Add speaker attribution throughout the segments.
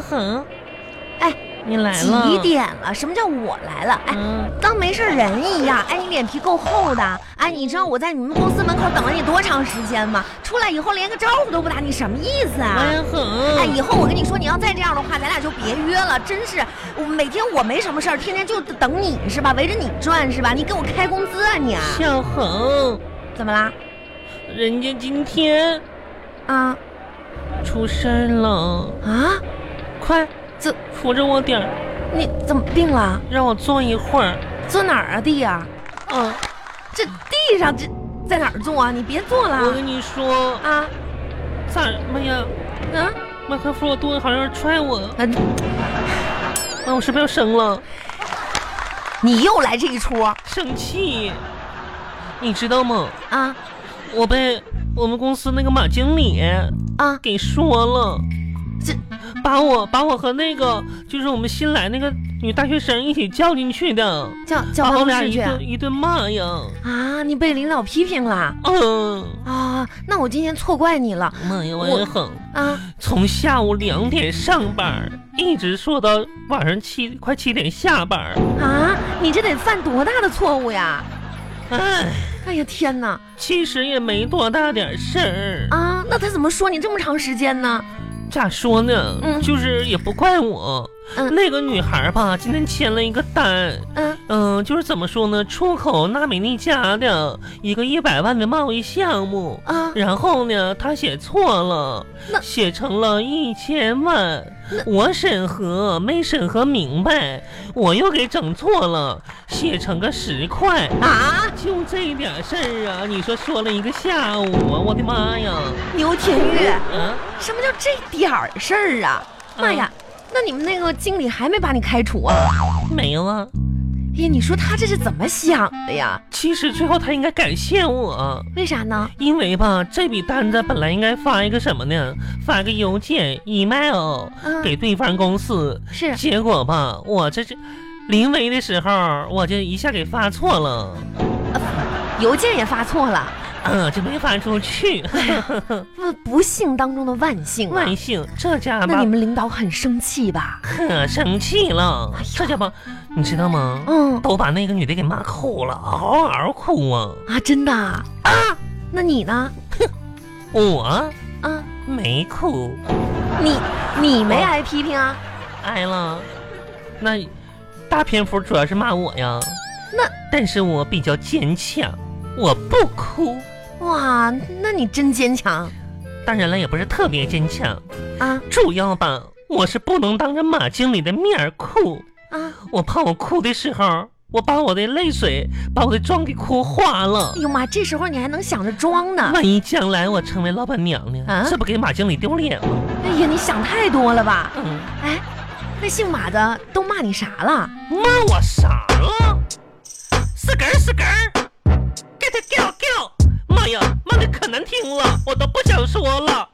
Speaker 1: 很。
Speaker 2: 哎，
Speaker 1: 你来了
Speaker 2: 几？点了？什么叫我来了？哎，
Speaker 1: 嗯，
Speaker 2: 当没事人一样。哎，你脸皮够厚的。哎，你知道我在你们公司门口等了你多长时间吗？出来以后连个招呼都不打，你什么意思
Speaker 1: 我
Speaker 2: 啊？
Speaker 1: 也很。
Speaker 2: 哎，以后我跟你说，你要再这样的话，咱俩就别约了。真是，我每天我没什么事儿，天天就等你是吧？围着你转是吧？你给我开工资啊你啊？
Speaker 1: 小恒，
Speaker 2: 怎么啦？
Speaker 1: 人家今天
Speaker 2: 啊
Speaker 1: 出事儿了，
Speaker 2: 啊！
Speaker 1: 快
Speaker 2: 这
Speaker 1: 扶着我点儿，
Speaker 2: 你怎么病了？
Speaker 1: 让我坐一会儿。
Speaker 2: 坐哪儿啊弟呀、哦
Speaker 1: 嗯，
Speaker 2: 这地上这在哪儿坐啊？你别坐
Speaker 1: 我
Speaker 2: 了
Speaker 1: 跟你说，
Speaker 2: 啊！
Speaker 1: 咋？妈呀，
Speaker 2: 啊
Speaker 1: 妈，他扶我肚子好像人踹我，
Speaker 2: 啊！
Speaker 1: 妈，我是不是要生了？
Speaker 2: 你又来这一出啊？
Speaker 1: 生气，你知道吗？
Speaker 2: 啊
Speaker 1: 我被我们公司那个马经理
Speaker 2: 啊！
Speaker 1: 给说了，
Speaker 2: 这
Speaker 1: 把我把我和那个就是我们新来那个女大学生一起叫进去的，
Speaker 2: 叫叫
Speaker 1: 把
Speaker 2: 办
Speaker 1: 我
Speaker 2: 公
Speaker 1: 俩
Speaker 2: 室
Speaker 1: 一
Speaker 2: 去啊
Speaker 1: 顿一顿骂呀，
Speaker 2: 啊！你被领导批评了
Speaker 1: 嗯，
Speaker 2: 啊？那我今天错怪你了
Speaker 1: 妈呀，我
Speaker 2: 我
Speaker 1: 也很，
Speaker 2: 啊！
Speaker 1: 从下午两点上班，一直说到晚上七快七点下班，
Speaker 2: 啊，你这得犯多大的错误呀！
Speaker 1: 哎，
Speaker 2: 哎呀天哪！
Speaker 1: 其实也没多大点事儿，
Speaker 2: 啊，那他怎么说你这么长时间呢？
Speaker 1: 咋说呢，
Speaker 2: 嗯
Speaker 1: 就是也不怪我，
Speaker 2: 嗯
Speaker 1: 那个女孩吧，今天签了一个单。
Speaker 2: 嗯
Speaker 1: 嗯，就是怎么说呢？出口纳米丽佳的一个一百万的贸易项目，
Speaker 2: 啊，
Speaker 1: 然后呢，他写错了
Speaker 2: 那，
Speaker 1: 写成了一千万。我审核没审核明白，我又给整错了，写成个十块。
Speaker 2: 啊，
Speaker 1: 就这点事儿啊！你说说了一个下午啊，我的妈呀！
Speaker 2: 牛田玉，
Speaker 1: 啊，
Speaker 2: 什么叫这点儿事儿啊？妈呀，
Speaker 1: 嗯
Speaker 2: 那你们那个经理还没把你开除啊？
Speaker 1: 没有啊。
Speaker 2: 哎呀，你说他这是怎么想的呀？
Speaker 1: 其实最后他应该感谢我，啊
Speaker 2: 为啥呢？
Speaker 1: 因为吧，这笔单子本来应该发一个什么呢？发个邮件、email
Speaker 2: 嗯
Speaker 1: 给对方公司。
Speaker 2: 是
Speaker 1: 结果吧，我这是临危的时候，我就一下给发错了，
Speaker 2: 邮件也发错了，
Speaker 1: 嗯，就没发出去。
Speaker 2: 哎不不幸当中的万幸啊！
Speaker 1: 万幸，这家
Speaker 2: 那
Speaker 1: 吧
Speaker 2: 你们领导很生气吧？
Speaker 1: 可生气了，
Speaker 2: 哎
Speaker 1: 这家吧，你知道吗？
Speaker 2: 嗯
Speaker 1: 都把那个女的给骂哭了，嗷嗷哭啊！
Speaker 2: 啊，真的啊？那你呢？
Speaker 1: 我
Speaker 2: 啊，
Speaker 1: 没哭，
Speaker 2: 你你没挨批评啊？
Speaker 1: 挨了，哎那大篇幅主要是骂我呀。
Speaker 2: 那
Speaker 1: 但是我比较坚强，我不哭。
Speaker 2: 哇，那你真坚强
Speaker 1: 当然了，也不是特别坚强，
Speaker 2: 啊
Speaker 1: 主要吧，我是不能当着马经理的面儿哭。
Speaker 2: 啊！
Speaker 1: 我怕我哭的时候，我把我的泪水把我的妆给哭花了
Speaker 2: 哎。呦妈，这时候你还能想着装呢？
Speaker 1: 万一将来我成为老板娘呢？
Speaker 2: 啊
Speaker 1: 这不给马经理丢脸吗？
Speaker 2: 哎呀，你想太多了吧？
Speaker 1: 嗯，
Speaker 2: 哎，那姓马的都骂你啥了？
Speaker 1: 骂我啥了？是根儿是根儿，get get get！妈呀，骂的可难听了，我都不想说了，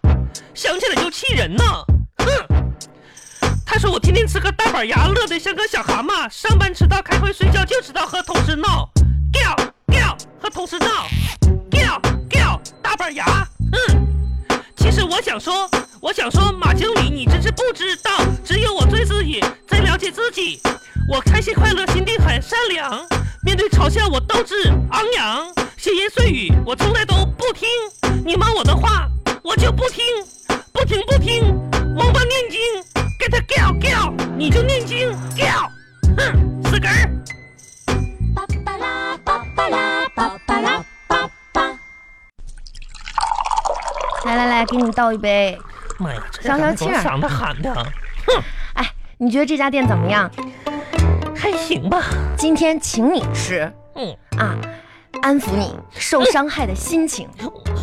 Speaker 1: 想起来就气人呐！哼，他说我天天吃个大板牙，乐得像个小蛤蟆，上班迟到，开会睡觉就知道和同事闹，get get 和同事闹，get get 大板牙，嗯。其实我想说，我想说，马经理，你真是不知道，只有我对自己最了解自己。我开心快乐，心地很善良，面对嘲笑我斗志昂扬，闲言碎语我从来都不听。你骂我的话，我就不听，不听不听，蒙巴念经，给他 giao 你就念经 giao，哼，死根儿。
Speaker 3: 巴巴拉巴巴拉巴巴拉巴巴。
Speaker 2: 来来来，给你倒一杯。
Speaker 1: 妈呀，这
Speaker 2: 消消气儿
Speaker 1: 嗓子喊的，
Speaker 2: 哎，你觉得这家店怎么样？
Speaker 1: 还行吧，
Speaker 2: 今天请你吃
Speaker 1: 嗯，
Speaker 2: 啊，安抚你受伤害的心情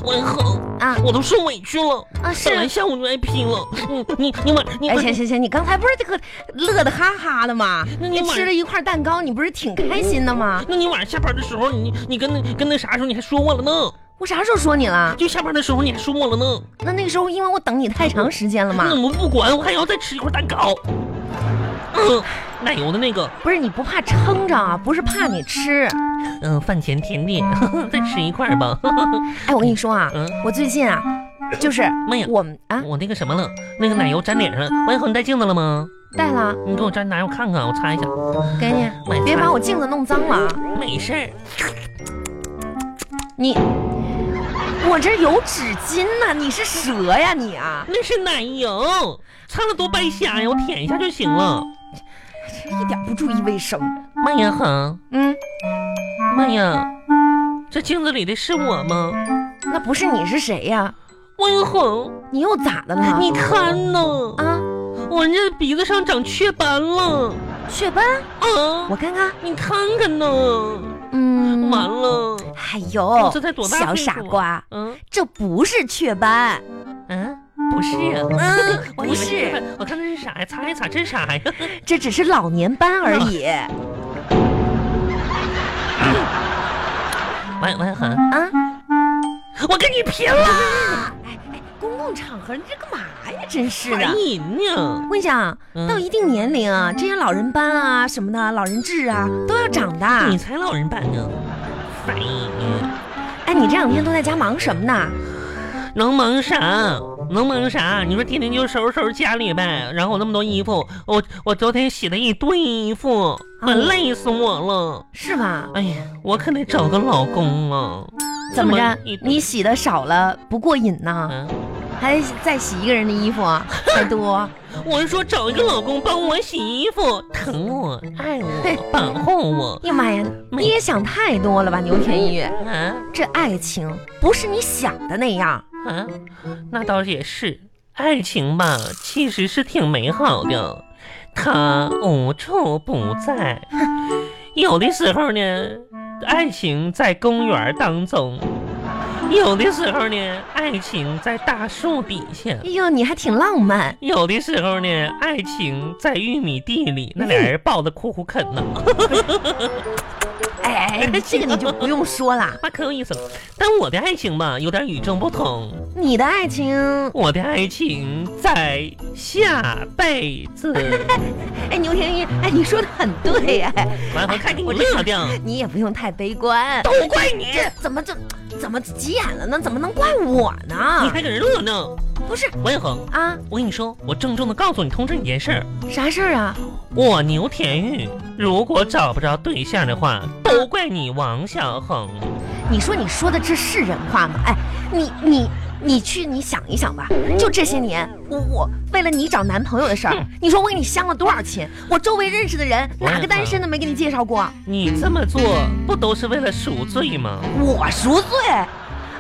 Speaker 1: 我好，
Speaker 2: 啊
Speaker 1: 我都受委屈了。
Speaker 2: 啊！
Speaker 1: 本来
Speaker 2: 是，
Speaker 1: 下午就挨批了，你你你晚你
Speaker 2: 哎，
Speaker 1: 晚
Speaker 2: 行行行，你刚才不是这个乐得哈哈的吗？
Speaker 1: 那你
Speaker 2: 你
Speaker 1: 晚
Speaker 2: 吃了一块蛋糕，你不是挺开心的吗？
Speaker 1: 那你晚上下班的时候，你你跟那跟那啥时候你还说我了呢？
Speaker 2: 我啥时候说你了？
Speaker 1: 就下班的时候你还说我了呢？
Speaker 2: 那那个时候因为我等你太长时间了
Speaker 1: 你怎
Speaker 2: 嘛，
Speaker 1: 么不管？我还要再吃一块蛋糕。嗯，奶油的那个，
Speaker 2: 不是你不怕撑着啊，不是怕你吃。
Speaker 1: 嗯，饭前甜点，再吃一块吧。
Speaker 2: 哎，我跟你说啊
Speaker 1: 嗯，
Speaker 2: 我最近啊，就是
Speaker 1: 没有
Speaker 2: 我们啊，
Speaker 1: 我那个什么了，那个奶油沾脸上，完以后你戴镜子了吗？
Speaker 2: 带了，
Speaker 1: 你给我沾拿我看看，我擦一下。
Speaker 2: 给你
Speaker 1: 买，
Speaker 2: 别
Speaker 1: 菜
Speaker 2: 把我镜子弄脏了啊！
Speaker 1: 没事儿，
Speaker 2: 你，我这有纸巾呢、你是蛇呀你啊！
Speaker 1: 那是奶油，擦了多白瞎呀，我舔一下就行了。
Speaker 2: 一点不注意卫生。
Speaker 1: 妈呀哈，
Speaker 2: 嗯，
Speaker 1: 妈呀，这镜子里的是我吗？
Speaker 2: 那不是你是谁呀？
Speaker 1: 王一恒，
Speaker 2: 你又咋的了？
Speaker 1: 你看呢？
Speaker 2: 啊，
Speaker 1: 我这鼻子上长雀斑了
Speaker 2: 雀斑，
Speaker 1: 啊！
Speaker 2: 我看看。
Speaker 1: 你看看呢，
Speaker 2: 嗯，
Speaker 1: 完了，
Speaker 2: 哎呦，
Speaker 1: 这才多大
Speaker 2: 小
Speaker 1: 岁数
Speaker 2: 傻瓜，
Speaker 1: 嗯
Speaker 2: 这不是雀斑，
Speaker 1: 嗯，不是啊，
Speaker 2: 嗯，
Speaker 1: 我以
Speaker 2: 不
Speaker 1: 为
Speaker 2: 是，，
Speaker 1: 我看这是啥呀？擦一擦，这是啥呀？
Speaker 2: 这只是老年斑而已啊
Speaker 1: 王王一恒，
Speaker 2: 啊。
Speaker 1: 我跟你贫了！
Speaker 2: 哎哎，公共场合你这干嘛呀？真是的。
Speaker 1: 烦人
Speaker 2: 哎
Speaker 1: 呢，
Speaker 2: 我跟你讲，
Speaker 1: 啊嗯
Speaker 2: 到一定年龄啊，这些老人斑啊什么的，老人痣啊，都要长的。
Speaker 1: 你才老人版呢，烦人！
Speaker 2: 哎，你这两天都在家忙什么呢？
Speaker 1: 能忙啥？能忙啥？你说天天就收拾收拾家里呗，然后我那么多衣服，我我昨天洗了一堆衣
Speaker 2: 哦
Speaker 1: 服，我累死我了。
Speaker 2: 是吧？
Speaker 1: 哎呀，我可得找个老公了。
Speaker 2: 怎么着
Speaker 1: 一？
Speaker 2: 你洗的少了不过瘾呐，
Speaker 1: 嗯，
Speaker 2: 还得再洗一个人的衣服还多。
Speaker 1: 我是说找一个老公帮我洗衣服，疼我、爱
Speaker 2: 嘿
Speaker 1: 我、保护我。
Speaker 2: 哎呀妈呀，
Speaker 1: 没
Speaker 2: 你也想太多了吧，牛天宇？
Speaker 1: 啊
Speaker 2: 这爱情不是你想的那样。
Speaker 1: 啊，那倒也是，爱情吧，其实是挺美好的，它无处不在。有的时候呢，爱情在公园当中；有的时候呢，爱情在大树底下。
Speaker 2: 哎呦，你还挺浪漫。
Speaker 1: 有的时候呢，爱情在玉米地里，那俩人抱着苦苦啃呢，
Speaker 2: 哎哎，哎这个你就不用说了，
Speaker 1: 那可有意思了。但我的爱情吧，有点与众不同。
Speaker 2: 你的爱情。
Speaker 1: 我的爱情在下辈子。
Speaker 2: 哎，牛天宇，哎，你说的很对，哎，
Speaker 1: 完，我看给你乐掉。
Speaker 2: 你也不用太悲观。
Speaker 1: 都怪你
Speaker 2: 这怎么就怎么急眼了呢？怎么能怪我
Speaker 1: 你
Speaker 2: 呢？
Speaker 1: 还搁这乐呢？
Speaker 2: 不是
Speaker 1: 王一恒，
Speaker 2: 啊，
Speaker 1: 我跟你说，我郑重的告诉你，通知你件事儿，
Speaker 2: 啥事儿啊？
Speaker 1: 我牛田玉如果找不着对象的话，都怪你王小恒。
Speaker 2: 你说你说的这是人话吗？哎，你你你去你想一想吧，就这些年，我我为了你找男朋友的事儿
Speaker 1: 哼，
Speaker 2: 你说我给你相了多少亲？我周围认识的人
Speaker 1: 嗯我也
Speaker 2: 哪个单身的没给你介绍过？
Speaker 1: 你这么做不都是为了赎罪吗？
Speaker 2: 我赎罪，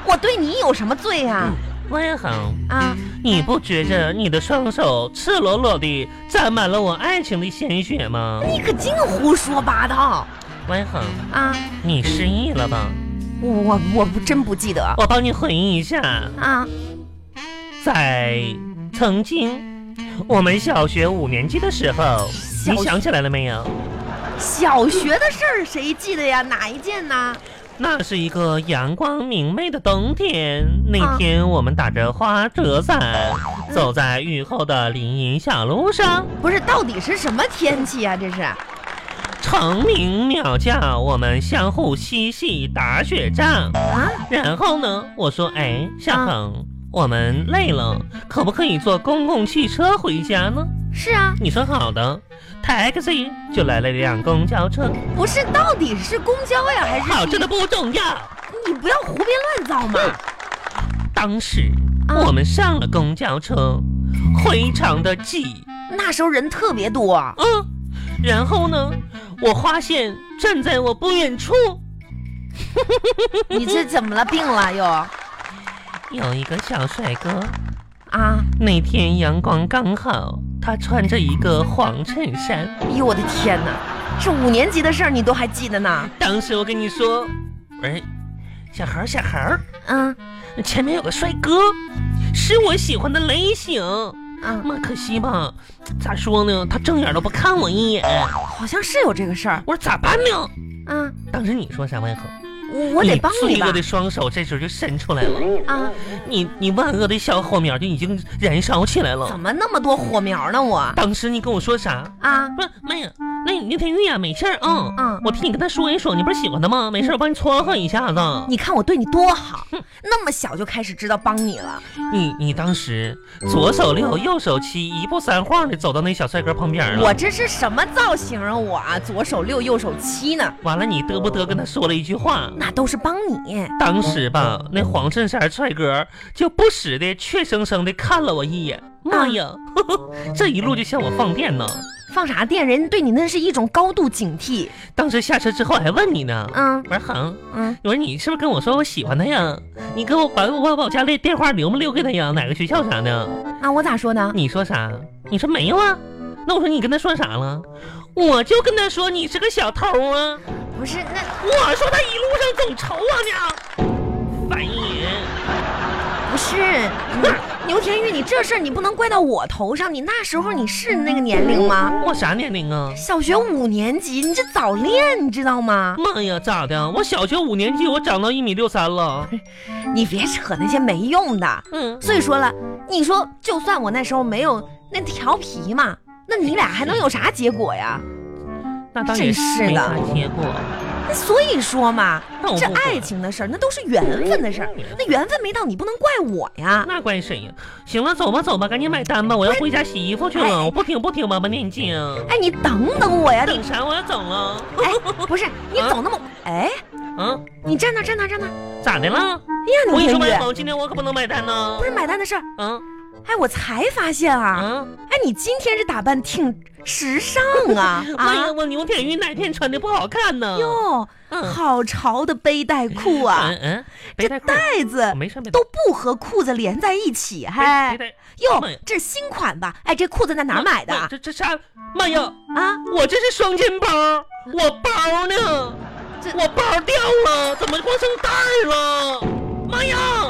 Speaker 2: 我对你有什么罪呀、
Speaker 1: 王一恒。
Speaker 2: 啊？啊，
Speaker 1: 你不觉着你的双手赤裸裸地沾满了我爱情的鲜血吗？
Speaker 2: 你可净胡说八道
Speaker 1: 王一恒，
Speaker 2: 啊！
Speaker 1: 你失忆了吧？
Speaker 2: 我我我不真不记得
Speaker 1: 我帮你回忆一下，
Speaker 2: 啊，
Speaker 1: 在曾经我们小学五年级的时候，
Speaker 2: 小
Speaker 1: 你想起来了没有？
Speaker 2: 小学的事儿谁记得呀？哪一件呢？
Speaker 1: 那是一个阳光明媚的冬天，那天我们打着花折伞，走在雨后的林荫小路上，
Speaker 2: 不是，到底是什么天气啊？这是
Speaker 1: 虫鸣鸟叫，我们相互嬉戏打雪仗。
Speaker 2: 啊？
Speaker 1: 然后呢，我说，哎，小
Speaker 2: 啊
Speaker 1: 恒，我们累了，可不可以坐公共汽车回家呢？
Speaker 2: 是啊，
Speaker 1: 你说好的，taxi 就来了一辆公交车。
Speaker 2: 不是，到底是公交呀，还是
Speaker 1: 好，这都不重要。
Speaker 2: 你不要胡编乱造嘛！
Speaker 1: 当时
Speaker 2: 啊
Speaker 1: 嗯我们上了公交车，非常的挤，
Speaker 2: 那时候人特别多，
Speaker 1: 嗯，然后呢，我发现站在我不远处
Speaker 2: 你这怎么了？病了又
Speaker 1: 有一个小帅哥。
Speaker 2: 啊？
Speaker 1: 那天阳光刚好，他穿着一个黄衬衫。
Speaker 2: 哎呦我的天哪！是五年级的事儿，你都还记得呢？
Speaker 1: 当时我跟你说，喂，小孩儿，小孩儿，
Speaker 2: 嗯
Speaker 1: 前面有个帅哥，是我喜欢的类型。
Speaker 2: 嗯，
Speaker 1: 妈，可惜吧，咋说呢？他正眼都不看我一眼。
Speaker 2: 好像是有这个事儿。
Speaker 1: 我说咋办呢？
Speaker 2: 嗯，
Speaker 1: 当时你说啥，万恒？
Speaker 2: 我我得帮
Speaker 1: 你
Speaker 2: 你
Speaker 1: 罪
Speaker 2: 吧
Speaker 1: 恶的。双手这时候就伸出来了，
Speaker 2: 啊，
Speaker 1: 你你万恶的小火苗就已经燃烧起来了
Speaker 2: 怎。么那么多火苗呢？我
Speaker 1: 当时你跟我说啥？
Speaker 2: 啊，
Speaker 1: 不是，妈呀，那你那天玉呀，没事儿啊，
Speaker 2: 嗯
Speaker 1: 我替你跟他说一说，你不是喜欢他吗？没事儿，我帮你撮合一下子。
Speaker 2: 你看我对你多好，那么小就开始知道帮你了。
Speaker 1: 你你当时左手六，右手七，一步三晃的走到那小帅哥旁边了。
Speaker 2: 我这是什么造型啊？我啊，左手六，右手七呢，
Speaker 1: 完了，你嘚不嘚跟他说了一句话。
Speaker 2: 那都是帮你。
Speaker 1: 当时吧，那黄衬衫帅哥就不时的怯生生的看了我一眼。妈呀， 呵呵这一路就向我放电呢。
Speaker 2: 放啥电？人家对你那是一种高度警惕。
Speaker 1: 当时下车之后还问你呢，
Speaker 2: 嗯
Speaker 1: 我说恒，
Speaker 2: 嗯，
Speaker 1: 我说你是不是跟我说我喜欢他呀？你给我把我把我家的电话留没留给他呀？哪个学校啥的？
Speaker 2: 啊，我咋说呢？
Speaker 1: 你说啥？你说没有啊？那我说你跟他说啥了？我就跟他说你是个小偷啊！
Speaker 2: 不是，那
Speaker 1: 我说他一路上总瞅我呢，烦人。
Speaker 2: 不是嗯牛田玉，你这事儿你不能怪到我头上。你那时候你是那个年龄吗？
Speaker 1: 我啥年龄啊？
Speaker 2: 小学五年级，你这早恋，你知道吗？
Speaker 1: 妈呀，咋的？我小学五年级，我长到一米六 三了。
Speaker 2: 你别扯那些没用的。
Speaker 1: 嗯，
Speaker 2: 所以说了，你说就算我那时候没有那调皮嘛，那你俩还能有啥结果呀？
Speaker 1: 那当然
Speaker 2: 真是的
Speaker 1: 没啥结果。
Speaker 2: 那所以说嘛
Speaker 1: 那我，不
Speaker 2: 这
Speaker 1: 管
Speaker 2: 爱情的事儿，那都是缘分的事儿。那缘分没到，你不能怪我呀。
Speaker 1: 那怪谁呀？行了，走吧走吧，赶紧买单吧，我要回家洗衣服去了。
Speaker 2: 哎
Speaker 1: 我不听不听吧，吧念经。
Speaker 2: 哎，你等等 我呀，你
Speaker 1: 等啥？我要走了。
Speaker 2: 哎，不是你
Speaker 1: 啊
Speaker 2: 走 那么哎，
Speaker 1: 嗯，
Speaker 2: 你站那儿站那儿站那儿。
Speaker 1: 咋的了？
Speaker 2: 哎呀，
Speaker 1: 我跟你
Speaker 2: 牛天
Speaker 1: 说，外
Speaker 2: 宇，
Speaker 1: 萌，今天我可不能买单呢
Speaker 2: 不。是买单的事儿。
Speaker 1: 嗯
Speaker 2: 哎，我才发现啊，
Speaker 1: 啊，
Speaker 2: 哎，你今天这打扮挺时尚啊
Speaker 1: 哎呀，
Speaker 2: 啊！
Speaker 1: 我牛田玉哪天穿的不好看呢？
Speaker 2: 哟，
Speaker 1: 嗯，
Speaker 2: 好潮的背带裤啊
Speaker 1: 嗯，嗯，
Speaker 2: 这
Speaker 1: 别带裤，
Speaker 2: 带
Speaker 1: 我
Speaker 2: 子
Speaker 1: 没事没带
Speaker 2: 都不和裤子连在一起，还
Speaker 1: 别别带嗯
Speaker 2: 哟
Speaker 1: 妈呀，
Speaker 2: 这是新款吧？哎，这裤子在哪儿买的
Speaker 1: 妈
Speaker 2: 啊？
Speaker 1: 这这啥？妈呀！
Speaker 2: 啊
Speaker 1: 我这是双肩包，我包呢
Speaker 2: 这？
Speaker 1: 我包掉了，怎么光剩袋儿了？妈呀！